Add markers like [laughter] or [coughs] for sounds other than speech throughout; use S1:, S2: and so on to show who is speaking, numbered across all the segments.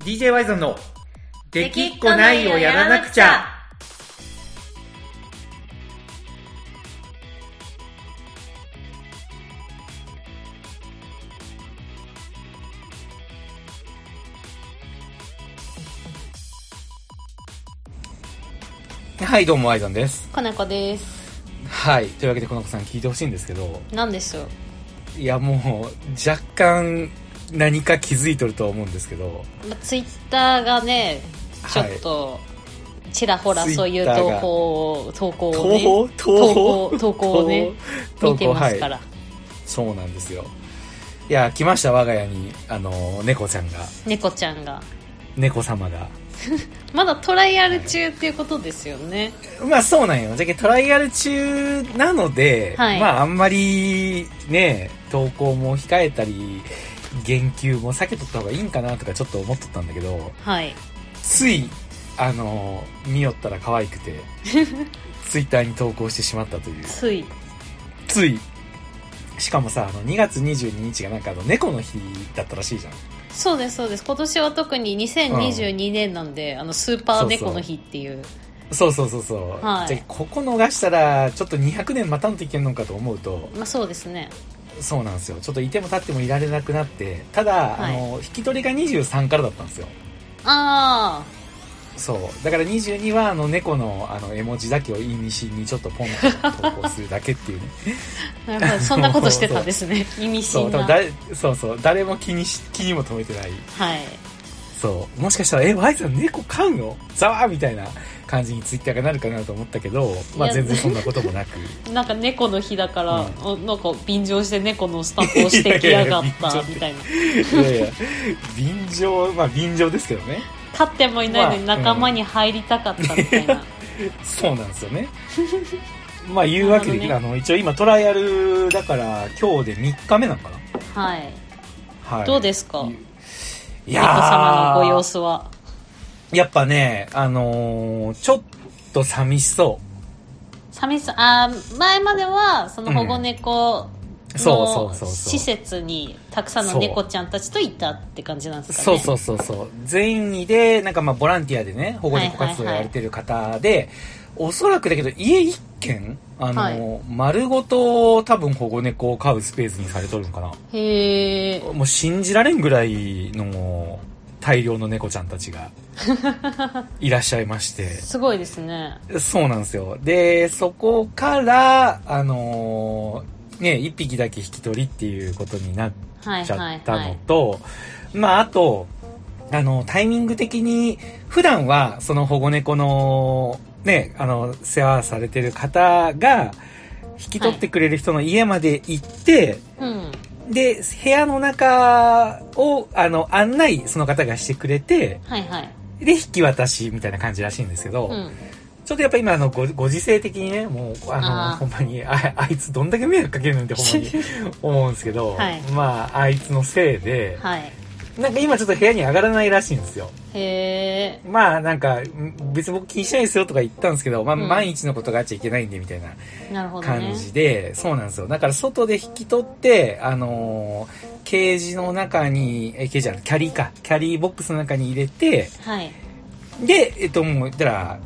S1: DJ ワイゾンの「できっこないをやらなくちゃ」はいどうもワイゾンです
S2: かなこです
S1: はいというわけでこの子さん聞いてほしいんですけど
S2: なんでしょう
S1: いやもう若干何か気づいとるとは思うんですけど
S2: まあツイッターがねちょ
S1: はい
S2: っとちらほらそういう
S1: Twitter
S2: 投
S1: が
S2: 稿を投稿
S1: 東
S2: をね
S1: 宝
S2: 投稿投稿をね
S1: 投稿
S2: 見てますから、
S1: はいそうなんですよいや来ました我が家にあの猫ちゃんが
S2: 猫ちゃんが
S1: 猫様が
S2: まだトライアル中っていうことですよね
S1: まあそうなんよじゃけトライアル中なので、
S2: はい
S1: まああんまりね投稿も控えたり言及も避けとった方がいいんかなとかちょっと思っとったんだけど
S2: はい
S1: ついあの見よったら可愛く
S2: [laughs]
S1: てツイッターに投稿してしまったという
S2: つい
S1: ついしかもさあの2月22日がなんかあの猫の日だったらしいじゃん
S2: そうですそうです今年は特に2022年なんで、あのスーパー猫の日っていう
S1: そうそうそうそう、
S2: はい
S1: じゃあここ逃したらちょっと200年待たんといけんのかと思うと
S2: まあそうですね
S1: そうなんですよちょっといても立ってもいられなくなってただ、
S2: はい
S1: あの引き取りが23からだったんですよ
S2: あ
S1: そうだから22はあの猫のあの絵文字だけを意味しにちょっとポンと投稿するだけって
S2: [laughs]
S1: いうね
S2: あなるほどそんなことしてたんですね意
S1: [laughs]
S2: 味
S1: そ
S2: 深
S1: う多
S2: な
S1: 分
S2: はい
S1: 誰そうそう誰も気にし気にも留めてないそうもしかしたら「えワイさん猫飼うのざわ!」みたいな感じにツイッターがなるかなと思ったけど、まあ、
S2: いや
S1: 全然そんなこともなく
S2: なんか猫の日だから、
S1: うん
S2: おなんか便乗して猫のスタンプをしてきやがっ
S1: いやいや
S2: た
S1: いや [laughs]
S2: みたいない
S1: やいや便乗まあ便乗ですけどね
S2: 飼ってもいないのに
S1: まあ
S2: 仲間に入りたかったみたいな、
S1: [laughs] そうなんですよねまあいうわけで、
S2: なる
S1: あ
S2: ほ
S1: の一応今トライアルだから今日で3日目なのかな
S2: はい
S1: はい
S2: どうですか
S1: い
S2: 猫
S1: や
S2: 様のご様
S1: ー
S2: 子は
S1: やっぱねあのーちょっと寂しそ
S2: 寂しさあー前まではその保護猫
S1: うんそうそうそうそ
S2: の
S1: う
S2: 施設にたくさんの猫ちゃんたちといたって感じなんで
S1: う
S2: すかね
S1: そうそうそうそう全員でなんかまあボランティアでね保護猫活動やられてる方で、おそらくだけど家一軒あのー丸ごと多分保護猫を飼うスペースにされとるんかな
S2: へえ
S1: もう信じられんぐらいの大量の猫ちゃんたちがいらっしゃいまして。
S2: すごいですね
S1: そうなんですよ。で、そこから、あのーね、一匹だけ引き取りっていうことになっ
S2: はい
S1: ちゃ
S2: はい
S1: った
S2: は
S1: の
S2: い
S1: と、まあ、あと、あの、タイミング的に、普段は、その保護猫の、ね、あの、世話されてる方が、引き取ってくれる人の家まで行って、
S2: うん
S1: で、部屋の中を、あの、案内、その方がしてくれて、
S2: はいはい
S1: で、引き渡しみたいな感じらしいんですけど、
S2: うん
S1: ちょっとやっぱ今、あの、ご、ご時世的にね、もう、あの、
S2: あー
S1: ほんまにあ、あいつどんだけ迷惑かけるんってほん
S2: [laughs]
S1: まに思うんですけど、
S2: はい
S1: まあ、あいつのせいで、
S2: はい
S1: なんか今ちょっと部屋に上がらないらしいんですよ。
S2: へえ
S1: まあ、なんか、ん別に僕気にしないですよとか言ったんですけど、まあ、
S2: うん
S1: 万一のことがあっちゃいけないんで、みたいな
S2: なるほど
S1: 感
S2: ね
S1: じで、そうなんですよ。だから外で引き取って、あのーケージの中に、え、ケージじゃないキャリーか、キャリーボックスの中に入れて、
S2: はい
S1: で、えっと、もう、だから、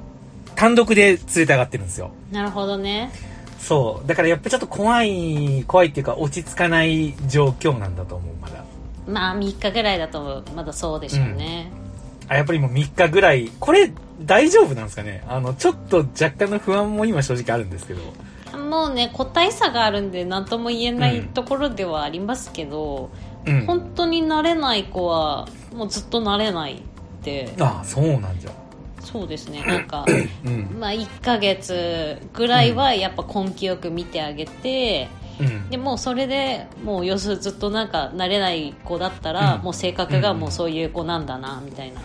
S1: 単独で連れて上がってるんですよ。
S2: なるほどね
S1: そう。だからやっぱちょっと怖い、怖いっていうか落ち着かない状況なんだと思う、まだ。
S2: まあ3日ぐらいだとまだそうでしょうね、
S1: あ、やっぱりもう3日ぐらい、これ大丈夫なんですかねあの、ちょっと若干の不安も今正直あるんですけど。
S2: もうね個体差があるんで何とも言えな
S1: う
S2: い
S1: ん
S2: ところではありますけど、
S1: うん。
S2: 本当に慣れない子はもうずっと慣れないって
S1: ああ、そうなんじゃ。
S2: そうですねなん [clears throat] か
S1: うん。
S2: まあ1ヶ月ぐらいはやっぱ根気よく見てあげて、
S1: うん。
S2: でもうそれでもうよすずっとなんか慣れない子だったら、
S1: うん
S2: もう性格がもうそういう子なんだなみたいな、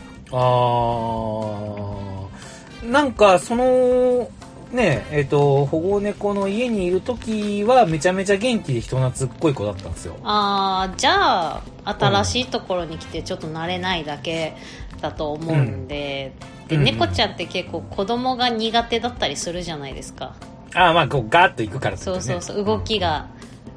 S1: あーなんかそのねえっ、と保護猫の家にいる時はめちゃめちゃ元気で人懐っこい子だったんですよ
S2: ああじゃあ新しいところに来てちょっと慣れないだけだと思うんで、で、
S1: うんうん
S2: 猫ちゃんって結構子供が苦手だったりするじゃないですか、
S1: ああまあこうガーッと行くからって
S2: そ
S1: ね
S2: うそうそう動きが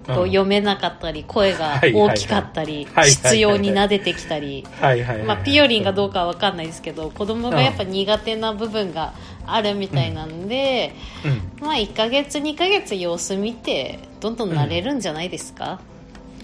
S2: と読めなかったり、声が大きかった
S1: はい
S2: り、
S1: はいはい
S2: 必要に撫でてきたり、
S1: はいはいはい
S2: まあ、ピオリンがどうかは分かんないですけど子供がやっぱ苦手な部分があるみたいなんで、
S1: うん
S2: まあ1ヶ月2ヶ月様子見てどんどん慣れるんじゃないですか、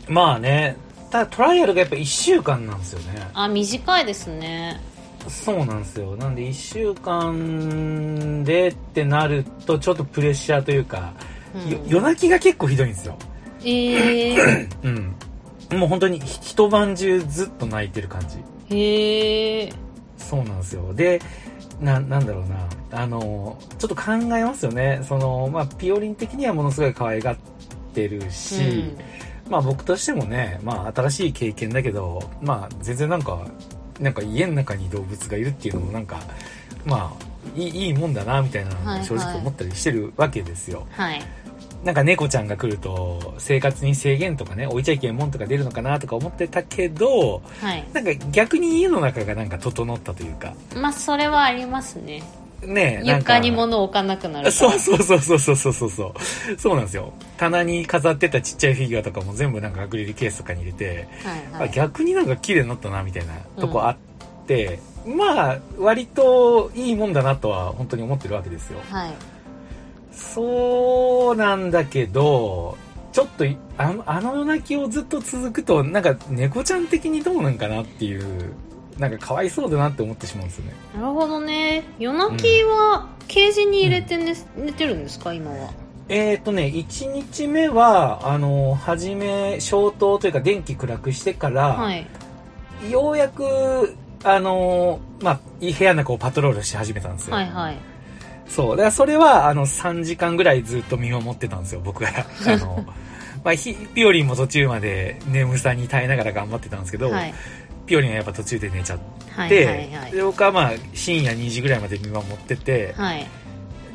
S1: まあねただトライアルがやっぱ1週間なんですよね
S2: あ短いですね
S1: そうなんですよなんで1週間でってなるとちょっとプレッシャーというか、
S2: うん
S1: よ夜泣きが結構ひどいんですよ
S2: え
S1: [coughs]
S2: ー、
S1: うんもう本当に一晩中ずっと泣いてる感じ
S2: へえ
S1: そうなんですよでななんだろうなあのちょっと考えますよねそのまあピオリン的にはものすごい可愛がってるし、
S2: うん
S1: まあ僕としてもね、まあ新しい経験だけど、まあ全然なんか、なんか家の中に動物がいるっていうのもなんか、まあいいいいもんだなみたいなのが正
S2: はい
S1: 直
S2: はい
S1: 思ったりしてるわけですよ。
S2: はい
S1: なんか猫ちゃんが来ると生活に制限とかね、置いちゃいけんもんとか出るのかなとか思ってたけど、
S2: はい
S1: なんか逆に家の中がなんか整ったというか、
S2: まあそれはありますね
S1: ねえ、なんか
S2: 床に物を置かなくなるから
S1: そうそうそうそうそうそうそうそう。そうなんですよ。棚に飾ってたちっちゃいフィギュアとかも全部なんかアクリルケースとかに入れて、
S2: はいは
S1: あ
S2: い
S1: 逆になんか綺麗になったなみたいなとこあって、まあ割といいもんだなとは本当に思ってるわけですよ
S2: はい
S1: そうなんだけどちょっといあのあの夜泣きをずっと続くとなんか猫ちゃん的にどうなんかなっていうなんかかわいそうだなって思ってしまうんですよね
S2: なるほどね夜泣きはケージに入れて寝,、寝てるんですか今は
S1: えっ、ー、とね1日目はあの初め消灯というか電気暗くしてから、
S2: はい
S1: ようやくあのまあ部屋の中をパトロールし始めたんですよ、
S2: はいはい
S1: そう。だからそれは、あの、3時間ぐらいずっと見守ってたんですよ、
S2: [laughs]
S1: 僕が。あの、まあ、ひピオリンも途中まで眠さに耐えながら頑張ってたんですけど、
S2: はい
S1: ピオリンはやっぱ途中で寝ちゃっ
S2: はい
S1: て、
S2: はいはい
S1: で、僕はまあ、深夜2時ぐらいまで見守ってて、
S2: はい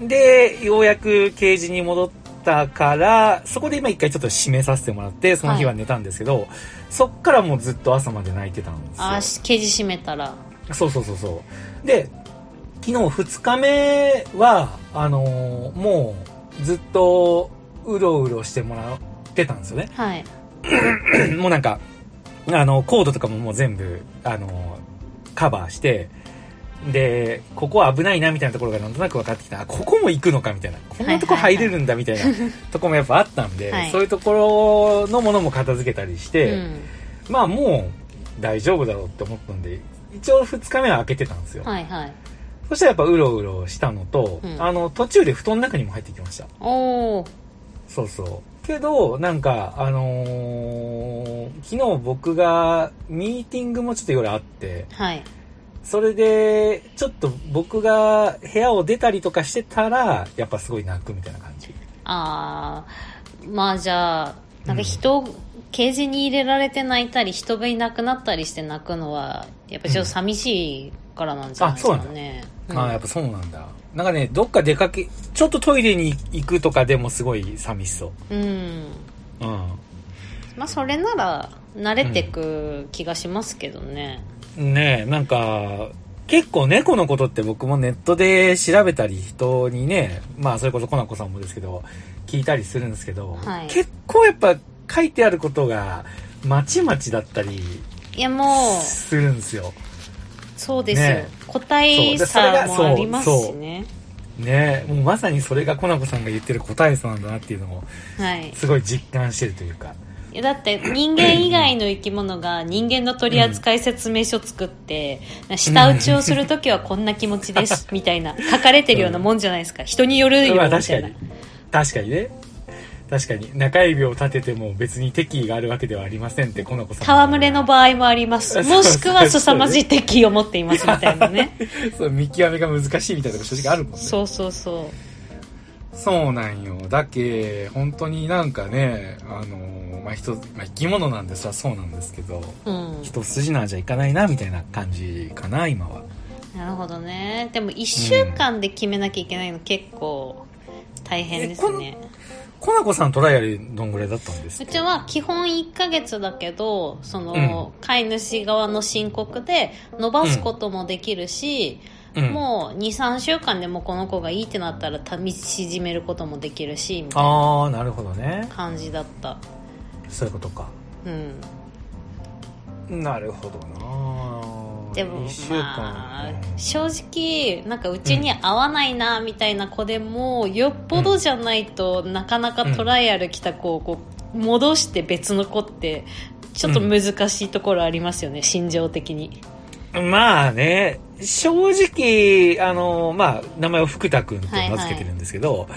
S1: で、ようやくケージに戻ったから、そこで今一回ちょっと締めさせてもらって、その日は寝たんですけど、そっからもうずっと朝まで泣いてたんですよ。
S2: あーケージ閉めたら
S1: そうそうそうそう。で、昨日2日目は、あのーもうずっとうろうろしてもらってたんですよ
S2: [clears throat]
S1: ね。
S2: はい
S1: もうなんか、あの、コードとかももう全部、あのーカバーして、で、ここは危ないなみたいなところがなんとなく分かってきた。あここも行くのかみたいな。こんなとこ入れるんだみたいな
S2: [laughs]
S1: とこもやっぱあったんで、
S2: はい
S1: そういうところのものも片付けたりし
S2: う
S1: て、
S2: ん
S1: まあもう大丈夫だろうって思ったんで、一応2日目は開けてたんですよ。
S2: はいはい
S1: そしたらやっぱうろうろしたのと、
S2: うん
S1: あの、途中で布団の中にも入ってきました。
S2: おお
S1: そうそう。けど、なんか、あのー昨日僕がミーティングもちょっと夜あって、
S2: はい
S1: それで、ちょっと僕が部屋を出たりとかしてたら、やっぱすごい泣くみたいな感じ。
S2: あーまあじゃあなんか人、ケージに入れられて泣いたり人がいなくなったりして泣くのはやっぱちょっと寂しいからなんじゃないですかね、うん
S1: ああ、やっぱそうなんだ。なんかね、どっか出かけ、ちょっとトイレに行くとかでもすごい寂しそ
S2: うん
S1: う。うん。
S2: まあそれなら慣れてく気がしますけどね、
S1: ねえなんか結構猫のことって僕もネットで調べたり人にねまあそれこそコナコさんもですけど聞いたりするんですけど、
S2: はい
S1: 結構やっぱ書いてあることがまちまちだったり
S2: いやもう
S1: するんですよ。
S2: そうですよ、
S1: ね
S2: 個体
S1: そうで
S2: 差
S1: それがそう
S2: もありますしね
S1: ねえもうまさにそれがコナコさんが言ってる答えそうなんだなっていうのも
S2: はい
S1: すごい実感してるというか。
S2: いやだって人間以外の生き物が人間の取扱説明書作って、舌打ちをするときはこんな気持ち
S1: [laughs]
S2: ですみたいな書かれてるようなもんじゃないですか人によるよみ
S1: まあ
S2: た
S1: 確か
S2: いな
S1: に。確かにね。確かに中指を立てても別に敵意があるわけではありませんってコナコさん
S2: 戯れの場合もありますもしくは凄まじい敵意を持っていま
S1: [laughs]
S2: すみたいなね
S1: そう見極めが難しいみたいなとこ正直あるもんね。
S2: そうそうそ
S1: そうなんよ。だけ、本当になんかね、あのーまあ、人、まあ、生き物なんでさ、そうなんですけど、
S2: ううん
S1: 一筋なんじゃいかないな、みたいな感じかな、今は。
S2: なるほどねでも1週間で決めなきゃいけないの結構大変ですね、
S1: コナコさんトライアルどんぐらいだったんです
S2: うちは基本1ヶ月だけどその、飼い主側の申告で伸ばすこともできるし、
S1: うん
S2: もう23週間でもうこの子がいいってなったらた縮めることもできるしみたいな
S1: あー、なるほどね。
S2: 感じだった
S1: そういうことか。
S2: うん
S1: なるほどな
S2: でも
S1: 一週間、
S2: まあ正直なんかうちに合わないなみたいな子でも、よっぽどじゃないとなかなかトライアル来た子をこう戻して別の子ってちょっと難しいところありますよね、心情的に
S1: うんまあね、正直、あの、まあ、名前を福田くんと名付けてるんですけど、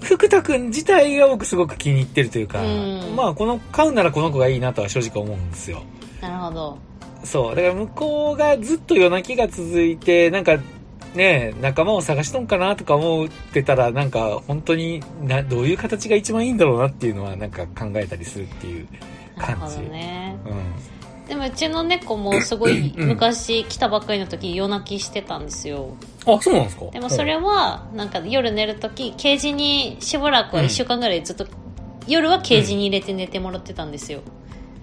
S1: 福田くん自体が僕すごく気に入ってるというか、
S2: うん
S1: まあ、この、飼うならこの子がいいなとは正直思うんですよ。
S2: なるほど
S1: そう。だから向こうがずっと夜泣きが続いて、なんか、ね仲間を探しとんかなとか思ってたら、なんか、本当にな、どういう形が一番いいんだろうなっていうのは、なんか考えたりするっていう
S2: なる
S1: 感
S2: ほ
S1: じ。
S2: どね
S1: うん。
S2: でもうちの猫もすごい
S1: うん
S2: 昔来たばっかりの時夜泣きしてたんですよ
S1: あ、そうなんですか
S2: でもそれ
S1: を、
S2: はなんか夜寝る時ケージにしばらくは
S1: うん
S2: 1週間ぐらいずっと、夜はケージに入れて寝てもらってたんですよ、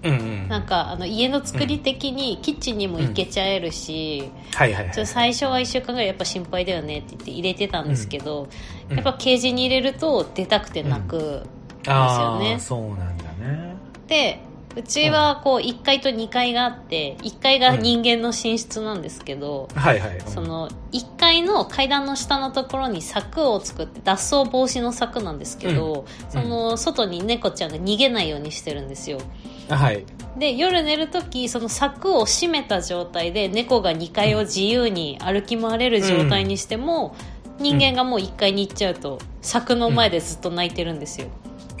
S1: うんうん。
S2: なんかあの家の作り的にキッチンにも行けちゃえるし、
S1: はいはいはい
S2: ちょっと最初は1週間ぐらいやっぱ心配だよねって言って入れてたんですけど、
S1: うん
S2: やっぱケージに入れると出たくて泣く、
S1: ああ
S2: ですよね
S1: そうなんだね。
S2: でうちはこう1階と2階があって1階が人間の寝室なんですけど、
S1: はいはい。
S2: その1階の階段の下のところに柵を作って脱走防止の柵なんですけど、その外に猫ちゃんが逃げないようにしてるんですよ
S1: うん。はい。
S2: で夜寝る時その柵を閉めた状態で猫が2階を自由に歩き回れる状態にしても、人間がもう1階に行っちゃうと柵の前でずっと泣いてるんですよ、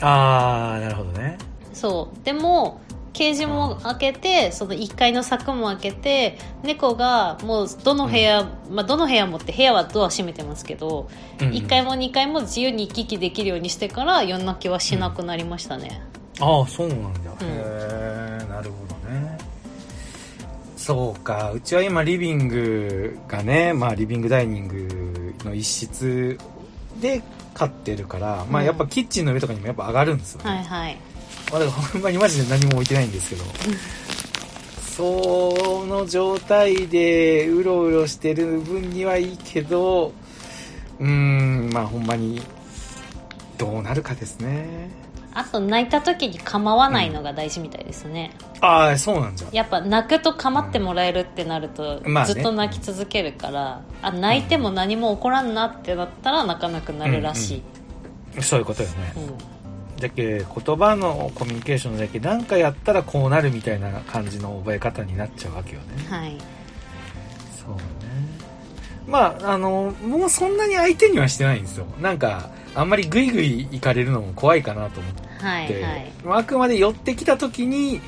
S1: ああ、なるほどね。
S2: そうでもケージも開けてその1階の柵も開けて猫がもうどの部屋、まあ、どの部屋もって部屋はドア閉めてますけど、
S1: うん
S2: 1階も2階も自由に行き来できるようにしてから夜泣きはしなくなりましたね、
S1: ああ、そうなんだ。
S2: うん
S1: へえ、なるほどね。そうか。うちは今、リビングがね、まあ、リビングダイニングの一室で飼ってるから、まあ、
S2: うん
S1: やっぱキッチンの上とかにもやっぱ上がるんですよね。
S2: はいはい
S1: まあ、だからほんまにマジで何も置いてないんですけど、その状態でうろうろしてる分にはいいけど、うーん、まあほんまに、どうなるかですね。
S2: あと泣いた時に構わないのが大事みたいですね、
S1: ああ、そうなんじゃ。
S2: やっぱ泣くと構ってもらえるってなると、
S1: まあね
S2: ずっと泣き続けるから、あ泣いても何も起こらんなってなったら泣かなくなるらしい、
S1: そういうことよね
S2: う。ん
S1: だけ言葉のコミュニケーションだけなんかやったらこうなるみたいな感じの覚え方になっちゃうわけよね。
S2: はい
S1: そうね。まあ、あの、もうそんなに相手にはしてないんですよ。なんか、あんまりグイグイ行かれるのも怖いかなと思って、
S2: はいはい
S1: まああくまで寄ってきた時に、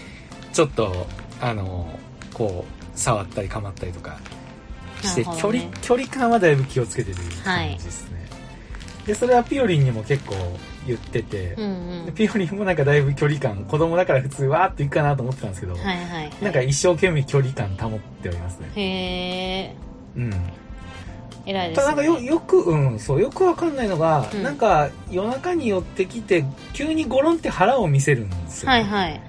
S1: ちょっと、あの、こう、触ったり構ったりとかして、
S2: なる
S1: 距
S2: ほど
S1: 離
S2: ね、
S1: 距離感はだいぶ気をつけてる感じですね。で、それはピオリンにも結構言ってて、
S2: うんう
S1: で
S2: ん
S1: ピオリンもなんかだいぶ距離感、子供だから普通わーって行くかなと思ってたんですけど、
S2: はいはいはい
S1: なんか一生懸命距離感保っておりますね。
S2: へえ
S1: うん。
S2: 偉いで
S1: た
S2: す、
S1: だ
S2: ね、
S1: なんかよよく、うん、そうよくわかんないのが、
S2: うん
S1: なんか夜中に寄ってきて急にゴロンって腹を見せるんですよ、
S2: はいはい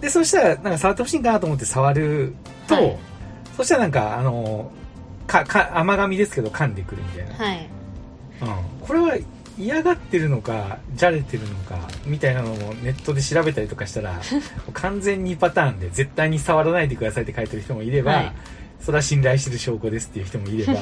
S1: でそしたらなんか触ってほしいかなと思って触ると、
S2: はい
S1: そしたらなんかあのかか甘噛みですけど噛んでくるみたいな、
S2: はい
S1: うん、これは嫌がってるのかじゃれてるのかみたいなのもネットで調べたりとかしたら
S2: [laughs]
S1: もう完全にパターンで絶対に触らないでくださいって書いてる人もいれば、
S2: はい
S1: それは信頼してる証拠ですっていう人もい
S2: [laughs]
S1: れば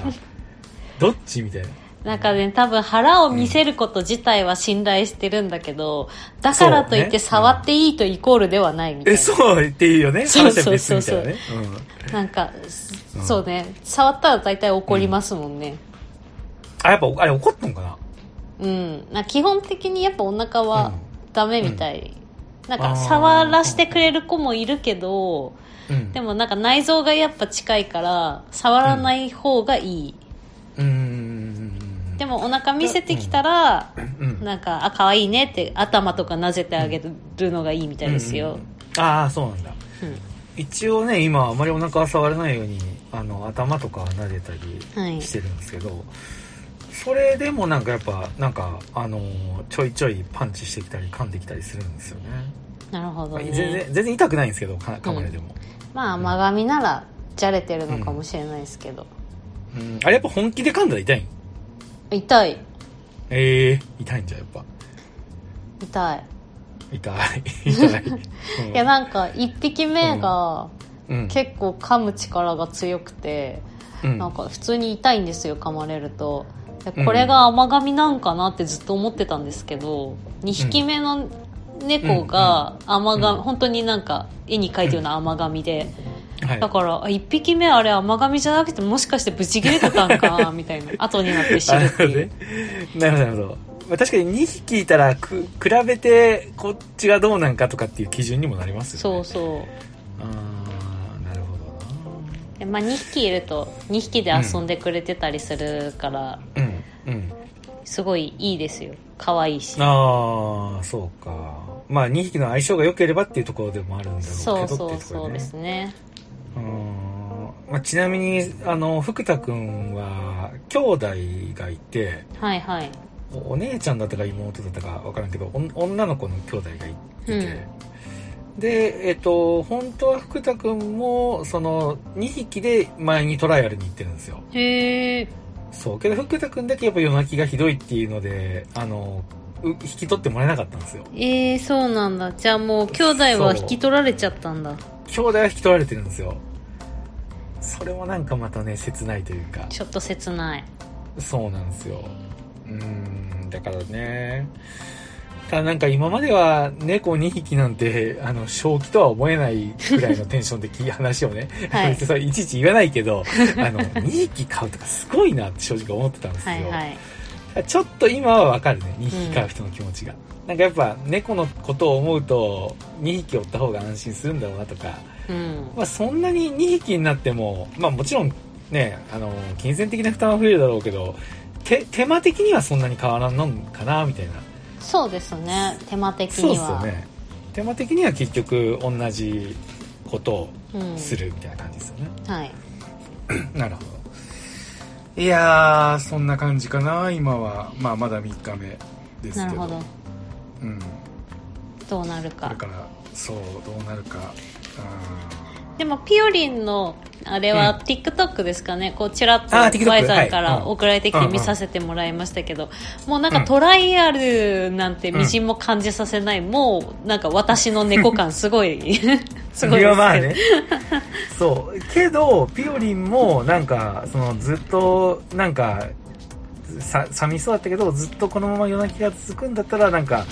S1: どっちみたいな。
S2: なんかね多分腹を見せること自体は信頼してるんだけどだからといって
S1: そうね
S2: 触っていいとイコールではないみたい
S1: え、
S2: な、
S1: そうっていうよね。
S2: そう
S1: 話
S2: そ
S1: は
S2: う
S1: 別
S2: そう
S1: み
S2: そ
S1: た
S2: う
S1: いなね。うん。
S2: なんか、す
S1: うん
S2: そうね触ったら大体怒りますもんね
S1: あ、やっぱ、あれ怒ったのかな
S2: うん、なんか基本的にやっぱお腹はダメみたい、なんか
S1: あー
S2: 触らせてくれる子もいるけど
S1: うん。
S2: で
S1: も、
S2: もなんか内臓がやっぱ近いから触らない方がいい、
S1: うーん。
S2: で、もお腹見せてきたら、
S1: うん。
S2: なんか、あ、可愛いねって頭とかなぜてあげるのがいいみたいですよ。
S1: うん。ああ、そうなんだ。
S2: うん
S1: 一応ね、今、あまりお腹は触らないように、あの、頭とかは撫でた
S2: はい
S1: りしてるんですけど、それでもなんかやっぱ、なんか、あのーちょいちょいパンチしてきたり噛んできたりするんですよね。
S2: なるほど
S1: 全然
S2: ね。、
S1: 全然痛くないんですけど、か噛まれても。
S2: まあ、甘がみなら、じゃれてるのかもしれないですけど。
S1: うん。あれやっぱ本気で噛んだら痛いん
S2: 痛い。
S1: ええー、痛いんじゃんやっぱ。
S2: 痛い。
S1: 痛い。痛い。
S2: いやなんか1匹目が
S1: うん、
S2: 結構噛む力が強くて、
S1: うん
S2: なんか普通に痛いんですよ噛まれるとでこれが甘噛みなんかなってずっと思ってたんですけど2匹目の猫が甘噛み、
S1: うん
S2: 本当になんか絵に描いてるような甘噛みで、
S1: はい
S2: だからあ1匹目あれ甘噛みじゃなくてもしかしてブチ切れてたんかみ
S1: [laughs]
S2: たいな後になって知るっていう、
S1: なるほどねなるほどなるほどまあ確かに2匹いたらく比べてこっちがどうなんかとかっていう基準にもなりますよ
S2: そ
S1: ね
S2: うそ
S1: ああなるほ
S2: うで、まあ、2匹いると2匹で遊んでくれてたりするから、
S1: どなうんうん
S2: すごいいいですよ可愛いし
S1: ああそうかまあ2匹の相性が良ければっていうところでもあるんだろうけど
S2: そう
S1: ってい
S2: そ
S1: うところ
S2: そうですね
S1: うーんまあ、ちなみにあの福田君は兄弟がいて
S2: はいはい
S1: おお姉ちゃんだったか妹だったか分からんけどおん女の子の兄弟がいて、でえっと本当は福田君もその2匹で前にトライアルに行ってるんですよ
S2: へえ
S1: そうけど福田君だけやっぱ夜泣きがひどいっていうのであのう引き取ってもらえなかったんですよ
S2: えー、そうなんだじゃあもう兄弟は引き取られちゃったんだ
S1: 兄弟は引き取られてるんですよそれもなんかまたね切ないというか
S2: ちょっと切ない
S1: そうなんですよ。うーん、だからね。ただなんか今までは猫2匹なんて、あの、正気とは思えないぐらいのテンションで聞い話をね、
S2: [laughs] は
S1: [laughs]
S2: い
S1: それいちいち言わないけ
S2: [laughs]
S1: ど、あの、2匹飼うとかすごいなって正直思ってたんですけ
S2: はい
S1: ど、
S2: はい
S1: ちょっと今はわかるね、2匹飼う人の気持ちが。なんかやっぱ猫のことを思うと、2匹おった方が安心するんだろうなとか、
S2: うん
S1: まあ、そんなに2匹になっても、まあ、もちろんねあの金銭的な負担は増えるだろうけど手手間的にはそんなに変わらんのかなみたいな
S2: そうですね手間的
S1: そうで
S2: に
S1: すよ
S2: は
S1: ね手間的には結局同じことを
S2: うん
S1: するみたいな感じですよね、
S2: はい
S1: なるほどいやーそんな感じかな今は、まあ、まだ3日目ですけど
S2: なるほど
S1: うん、
S2: どうなる
S1: こ
S2: か
S1: れからそうどうなるかあー
S2: でもピオリンのあれは
S1: うん
S2: TikTok ですかね、こうちらっと
S1: あ
S2: バ
S1: ー TikTok
S2: イさんか
S1: はい
S2: ら
S1: うん
S2: 送られてき
S1: うん
S2: て
S1: うん
S2: 見させてもらいましたけど、もうなん
S1: うん
S2: かトライアルなんて
S1: うん
S2: みじんも感じさせない、もうなんか私の猫感すご
S1: [laughs]
S2: いすごいですけど
S1: いやまあねそうけどピオリンもなんかそのずっとなんかさ寂しそうだったけどずっとこのまま夜泣きが続くんだったらなんか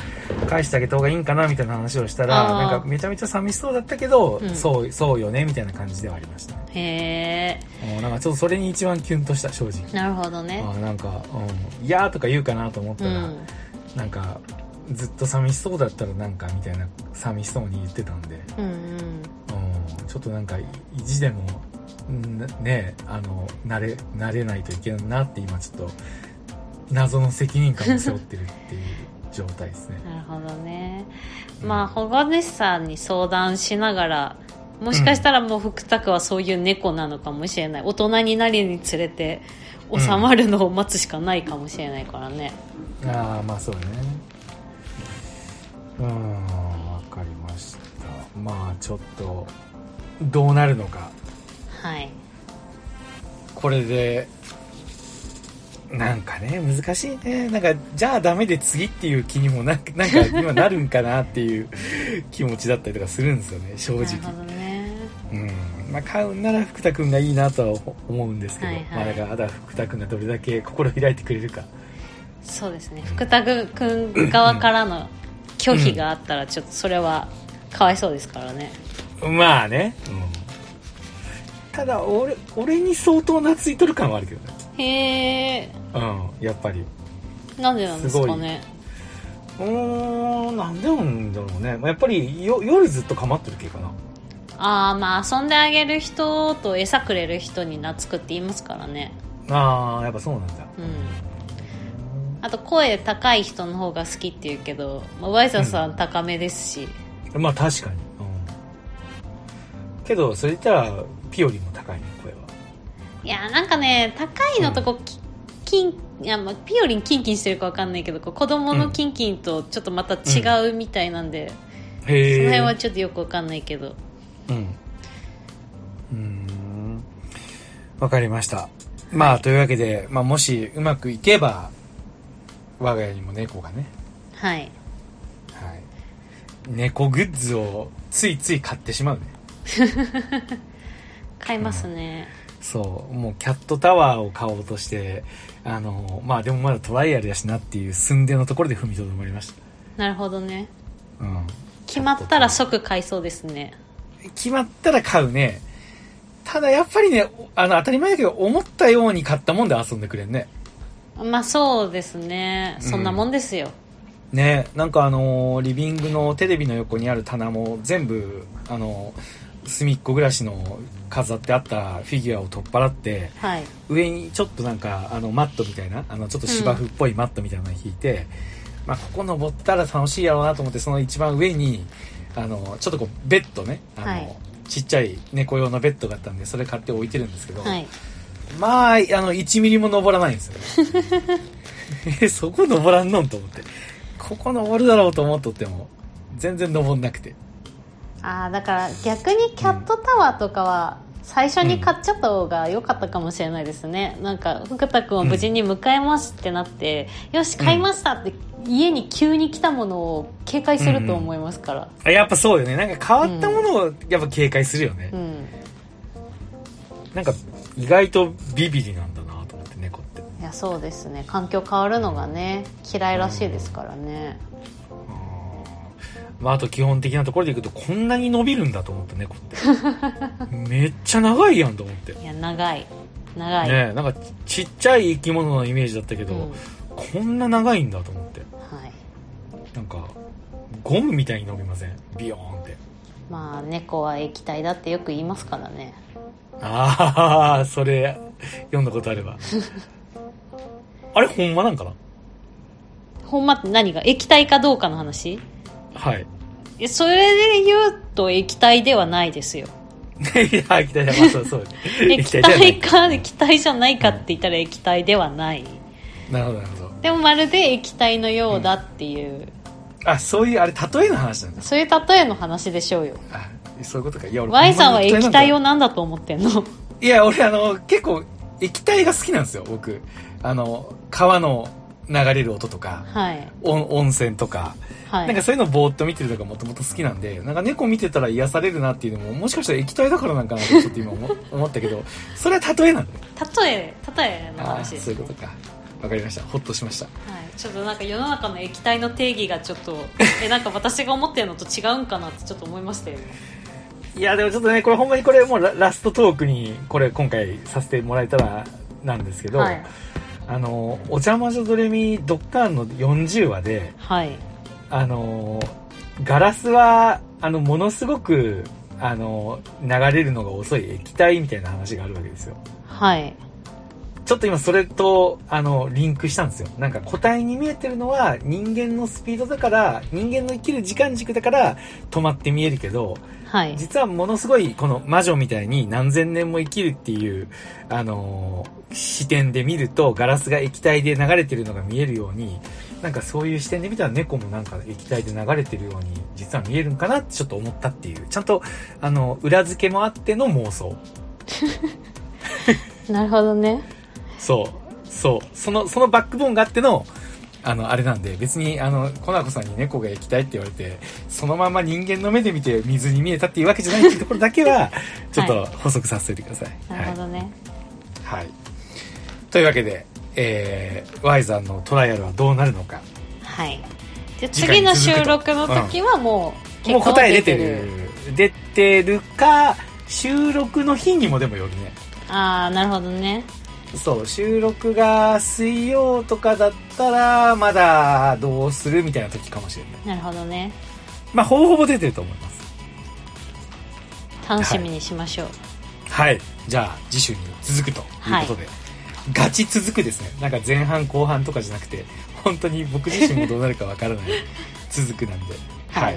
S1: 返してあげた方がいいんかなみたいな話をしたら
S2: あー
S1: なんかめちゃめちゃ寂しそうだったけど、
S2: うん
S1: そうそうよねみたいな感じではありましたね
S2: へ
S1: もうなんかちょっとそれに一番キュンとした正直
S2: えなるほどね
S1: あーなんか「うん、いや」とか言うかなと思った
S2: う
S1: ら、
S2: ん
S1: なんかずっと寂しそうだったらなんかみたいな寂しそうに言ってたんで
S2: うんうん。
S1: うんちょっとなんか意地でもんねあの慣れ慣れないといけないなって今ちょっと謎の責任感を背負ってるっていう状態ですね
S2: なるほどねまあ保護主さんに相談しながらもしかしたらもう福拓はそういう猫なのかもしれない大人になりにつれて収まるのを待つしかないかもしれないからね、
S1: ああまあそうだね。うんわかりました。まあちょっとどうなるのか
S2: はい
S1: これで。なんかね難しいねなんかじゃあダメで次っていう気にもなんかなんか今なるんかなっていう気持ちだったりとかするんですよね正直
S2: なるほどね
S1: うんまあ、買うんなら福田君がいいなとは思うんですけど、
S2: はいは
S1: まあ、だ
S2: い
S1: からあとは福田君がどれだけ心開いてくれるか
S2: そうですね福拓君側からの拒否があったらちょっとそれはかわいそうですからね
S1: まあね、ただ俺俺に相当懐いとる感はあるけどね、
S2: へえ
S1: うん、やっぱり
S2: なんでなんですかね
S1: うーんなんでなんだろうね、まあ、やっぱりよ夜ずっと構ってる系かな
S2: ああまあ遊んであげる人と餌くれる人に懐くって言いますからね
S1: ああやっぱそうなんだ
S2: うんあと声高い人の方が好きって言うけど、まあ、ワイザさん高めですし、
S1: まあ確かに、うん、けどそれ言ったらピオリンも高いね声はい
S2: やなんかね高いのとこう、きキンいやまあ、ピオリンキンキンしてるか分かんないけどこう子供のキンキンとちょっとまた違うみたいなんで、
S1: へ
S2: そ
S1: え
S2: の辺はちょっとよく分かんないけど
S1: うん。うーん。わかりました。まあ、というわけで、まあ、もしうまくいけば、我が家にも猫がね、
S2: はい
S1: はい。猫グッズをついつい買ってしまうね
S2: 買いますね、
S1: そうもうキャットタワーを買おうとしてあのまあでもまだトライアルやしなっていう寸でのところで踏みとどまりまし
S2: なるほどね
S1: た、うん、
S2: 決まったら即買いそうですね
S1: 決まったら買うねただやっぱりねあの当たり前だけど思ったように買ったもんで遊んでくれんね
S2: まあそうですねそんなもんですよ、
S1: ねなんかあのーリビングのテレビの横にある棚も全部あのー隅っこ暮らしの飾ってあったフィギュアを取っ払って
S2: はい
S1: 上にちょっとなんかあのマットみたいなあのちょっと芝生っぽいマットみたいなの引いて、まあ、ここ登ったら楽しいやろうなと思ってその一番上にあのちょっとこうベッドねあの、
S2: はい
S1: ちっちゃい猫用のベッドがあったんでそれ買って置いてるんですけど、
S2: はい
S1: まああの1ミリも登らないんですよ
S2: [laughs]
S1: ねえそこ登らんのんと思ってここ登るだろうと思っとっても全然登んなくて
S2: ああだから逆にキャットタワーとかは最初に買っちゃった方が良かったかもしれないですね、なんか福田君を無事に迎えますってなって、よし買いましたって家に急に来たものを警戒すると思いますから
S1: あやっぱそうよねなんか変わったものをやっぱ警戒するよね
S2: う、ん、
S1: なんか意外とビビリなんだなと思って猫って
S2: いやそうですね環境変わるのがね嫌いらしいですからね、
S1: まあ、あと基本的なところでいくとこんなに伸びるんだと思った猫って
S2: [laughs]
S1: めっちゃ長いやんと思って、
S2: いや長い長い、
S1: ねえなんかちっちゃい生き物のイメージだったけ
S2: う
S1: ど、
S2: ん、
S1: こんな長いんだと思って
S2: はい
S1: なんかゴムみたいに伸びませんビヨーンって
S2: まあ猫は液体だってよく言いますからね
S1: ああそれ読んだことあれ
S2: [laughs]
S1: ばあれほんまなんかな
S2: ほんまって何が液体かどうかの話
S1: はい [laughs]
S2: えそれで言うと液体ではないで
S1: [laughs]
S2: すよ
S1: いや液体だ、まあ、そう
S2: [laughs]
S1: そう
S2: 液
S1: だよね
S2: 体か液体じゃないかって言ったら液体ではない
S1: なるほどなるほど
S2: でもまるで液体のようだっていう、
S1: あそういうあれ例えの話なんだ
S2: そういう例えの話でしょうよ
S1: あそういうことかいや俺
S2: Y さん
S1: ほ
S2: は
S1: まに
S2: 液
S1: なんか
S2: 体を何だと思ってんの
S1: いや、俺あの、結構、液体が好きなんですよ、僕。あの、川の流れる音とか、
S2: はい
S1: 温温泉とか、
S2: はい
S1: なんかそういうのぼーっと見てるのがもともと好きなんで、なんか猫見てたら癒されるなっていうのも、もしかしたら液体だからなんかなってちょっと今思思った
S2: [laughs]
S1: けど、それは例えなんで。
S2: 例え例えの
S1: ああ、
S2: 話で
S1: そ
S2: す
S1: うい
S2: ね
S1: うことか。わかりました。ほっとしました。
S2: はい、ちょっとなんか世の中の液体の定義がちょっ
S1: [laughs]
S2: とえなんか私が思ってるのと違うんかなってちょっと思いましたよ
S1: いや、でもちょっとね、これほんまにこれもうララストトークに、これ今回させてもらえたらなんですけど、
S2: はい
S1: あの、お茶魔女ドレミドッカーンの40話で、
S2: はい
S1: あのーガラスは、あの、ものすごく、あのー流れるのが遅い液体みたいな話があるわけですよ。
S2: はい
S1: ちょっと今それと、あの、リンクしたんですよ。なんか個体に見えてるのは人間のスピードだから、人間の生きる時間軸だから止まって見えるけど、
S2: はい
S1: 実はものすごいこの魔女みたいに何千年も生きるっていう、あのー視点で見るとガラスが液体で流れてるのが見えるようになんかそういう視点で見たら猫もなんか液体で流れてるように実は見えるんかなってちょっと思ったっていうちゃんとあの裏付けもあっての妄想
S2: なるほどね
S1: そうそうそのそのバックボーンがあってのあの、あれなんで、別に、あの、コナコさんに猫が液体って言われて、そのまま人間の目で見て水に見えたっていうわけじゃないっていうところだけ
S2: [laughs]
S1: は、ちょっと補足させてください。
S2: なる
S1: はい
S2: ほどね、
S1: はい。というわけで、えー、Y さんのトライアルはどうなるのか。
S2: はい。で
S1: 次
S2: 次
S1: 回に
S2: の
S1: 続
S2: 収
S1: くと
S2: 録の時はもう結
S1: もう
S2: 構
S1: 答え出てる。出てるか、収録の日にもでもよるね。
S2: ああなるほどね
S1: そう、収録が水曜とかだったら、まだどうするみたいな時かもしれない。
S2: なるほどね
S1: まあ、ほぼほぼ出てると思います。
S2: 楽しみにしましょう
S1: はい。じゃあ、次週に続くということで。ガチ続くですね。なんか前半後半とかじゃなくて、本当に僕自身もどうなるかわからない [laughs] 続くなんで。
S2: は
S1: はいい、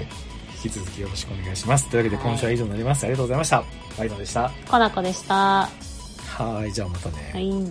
S1: 引き続きよろしくお願いします。というわけで今週は以上になります。ありがとうございました。ワイドでした。
S2: コナコでしたは
S1: はい、じゃあまたね。
S2: い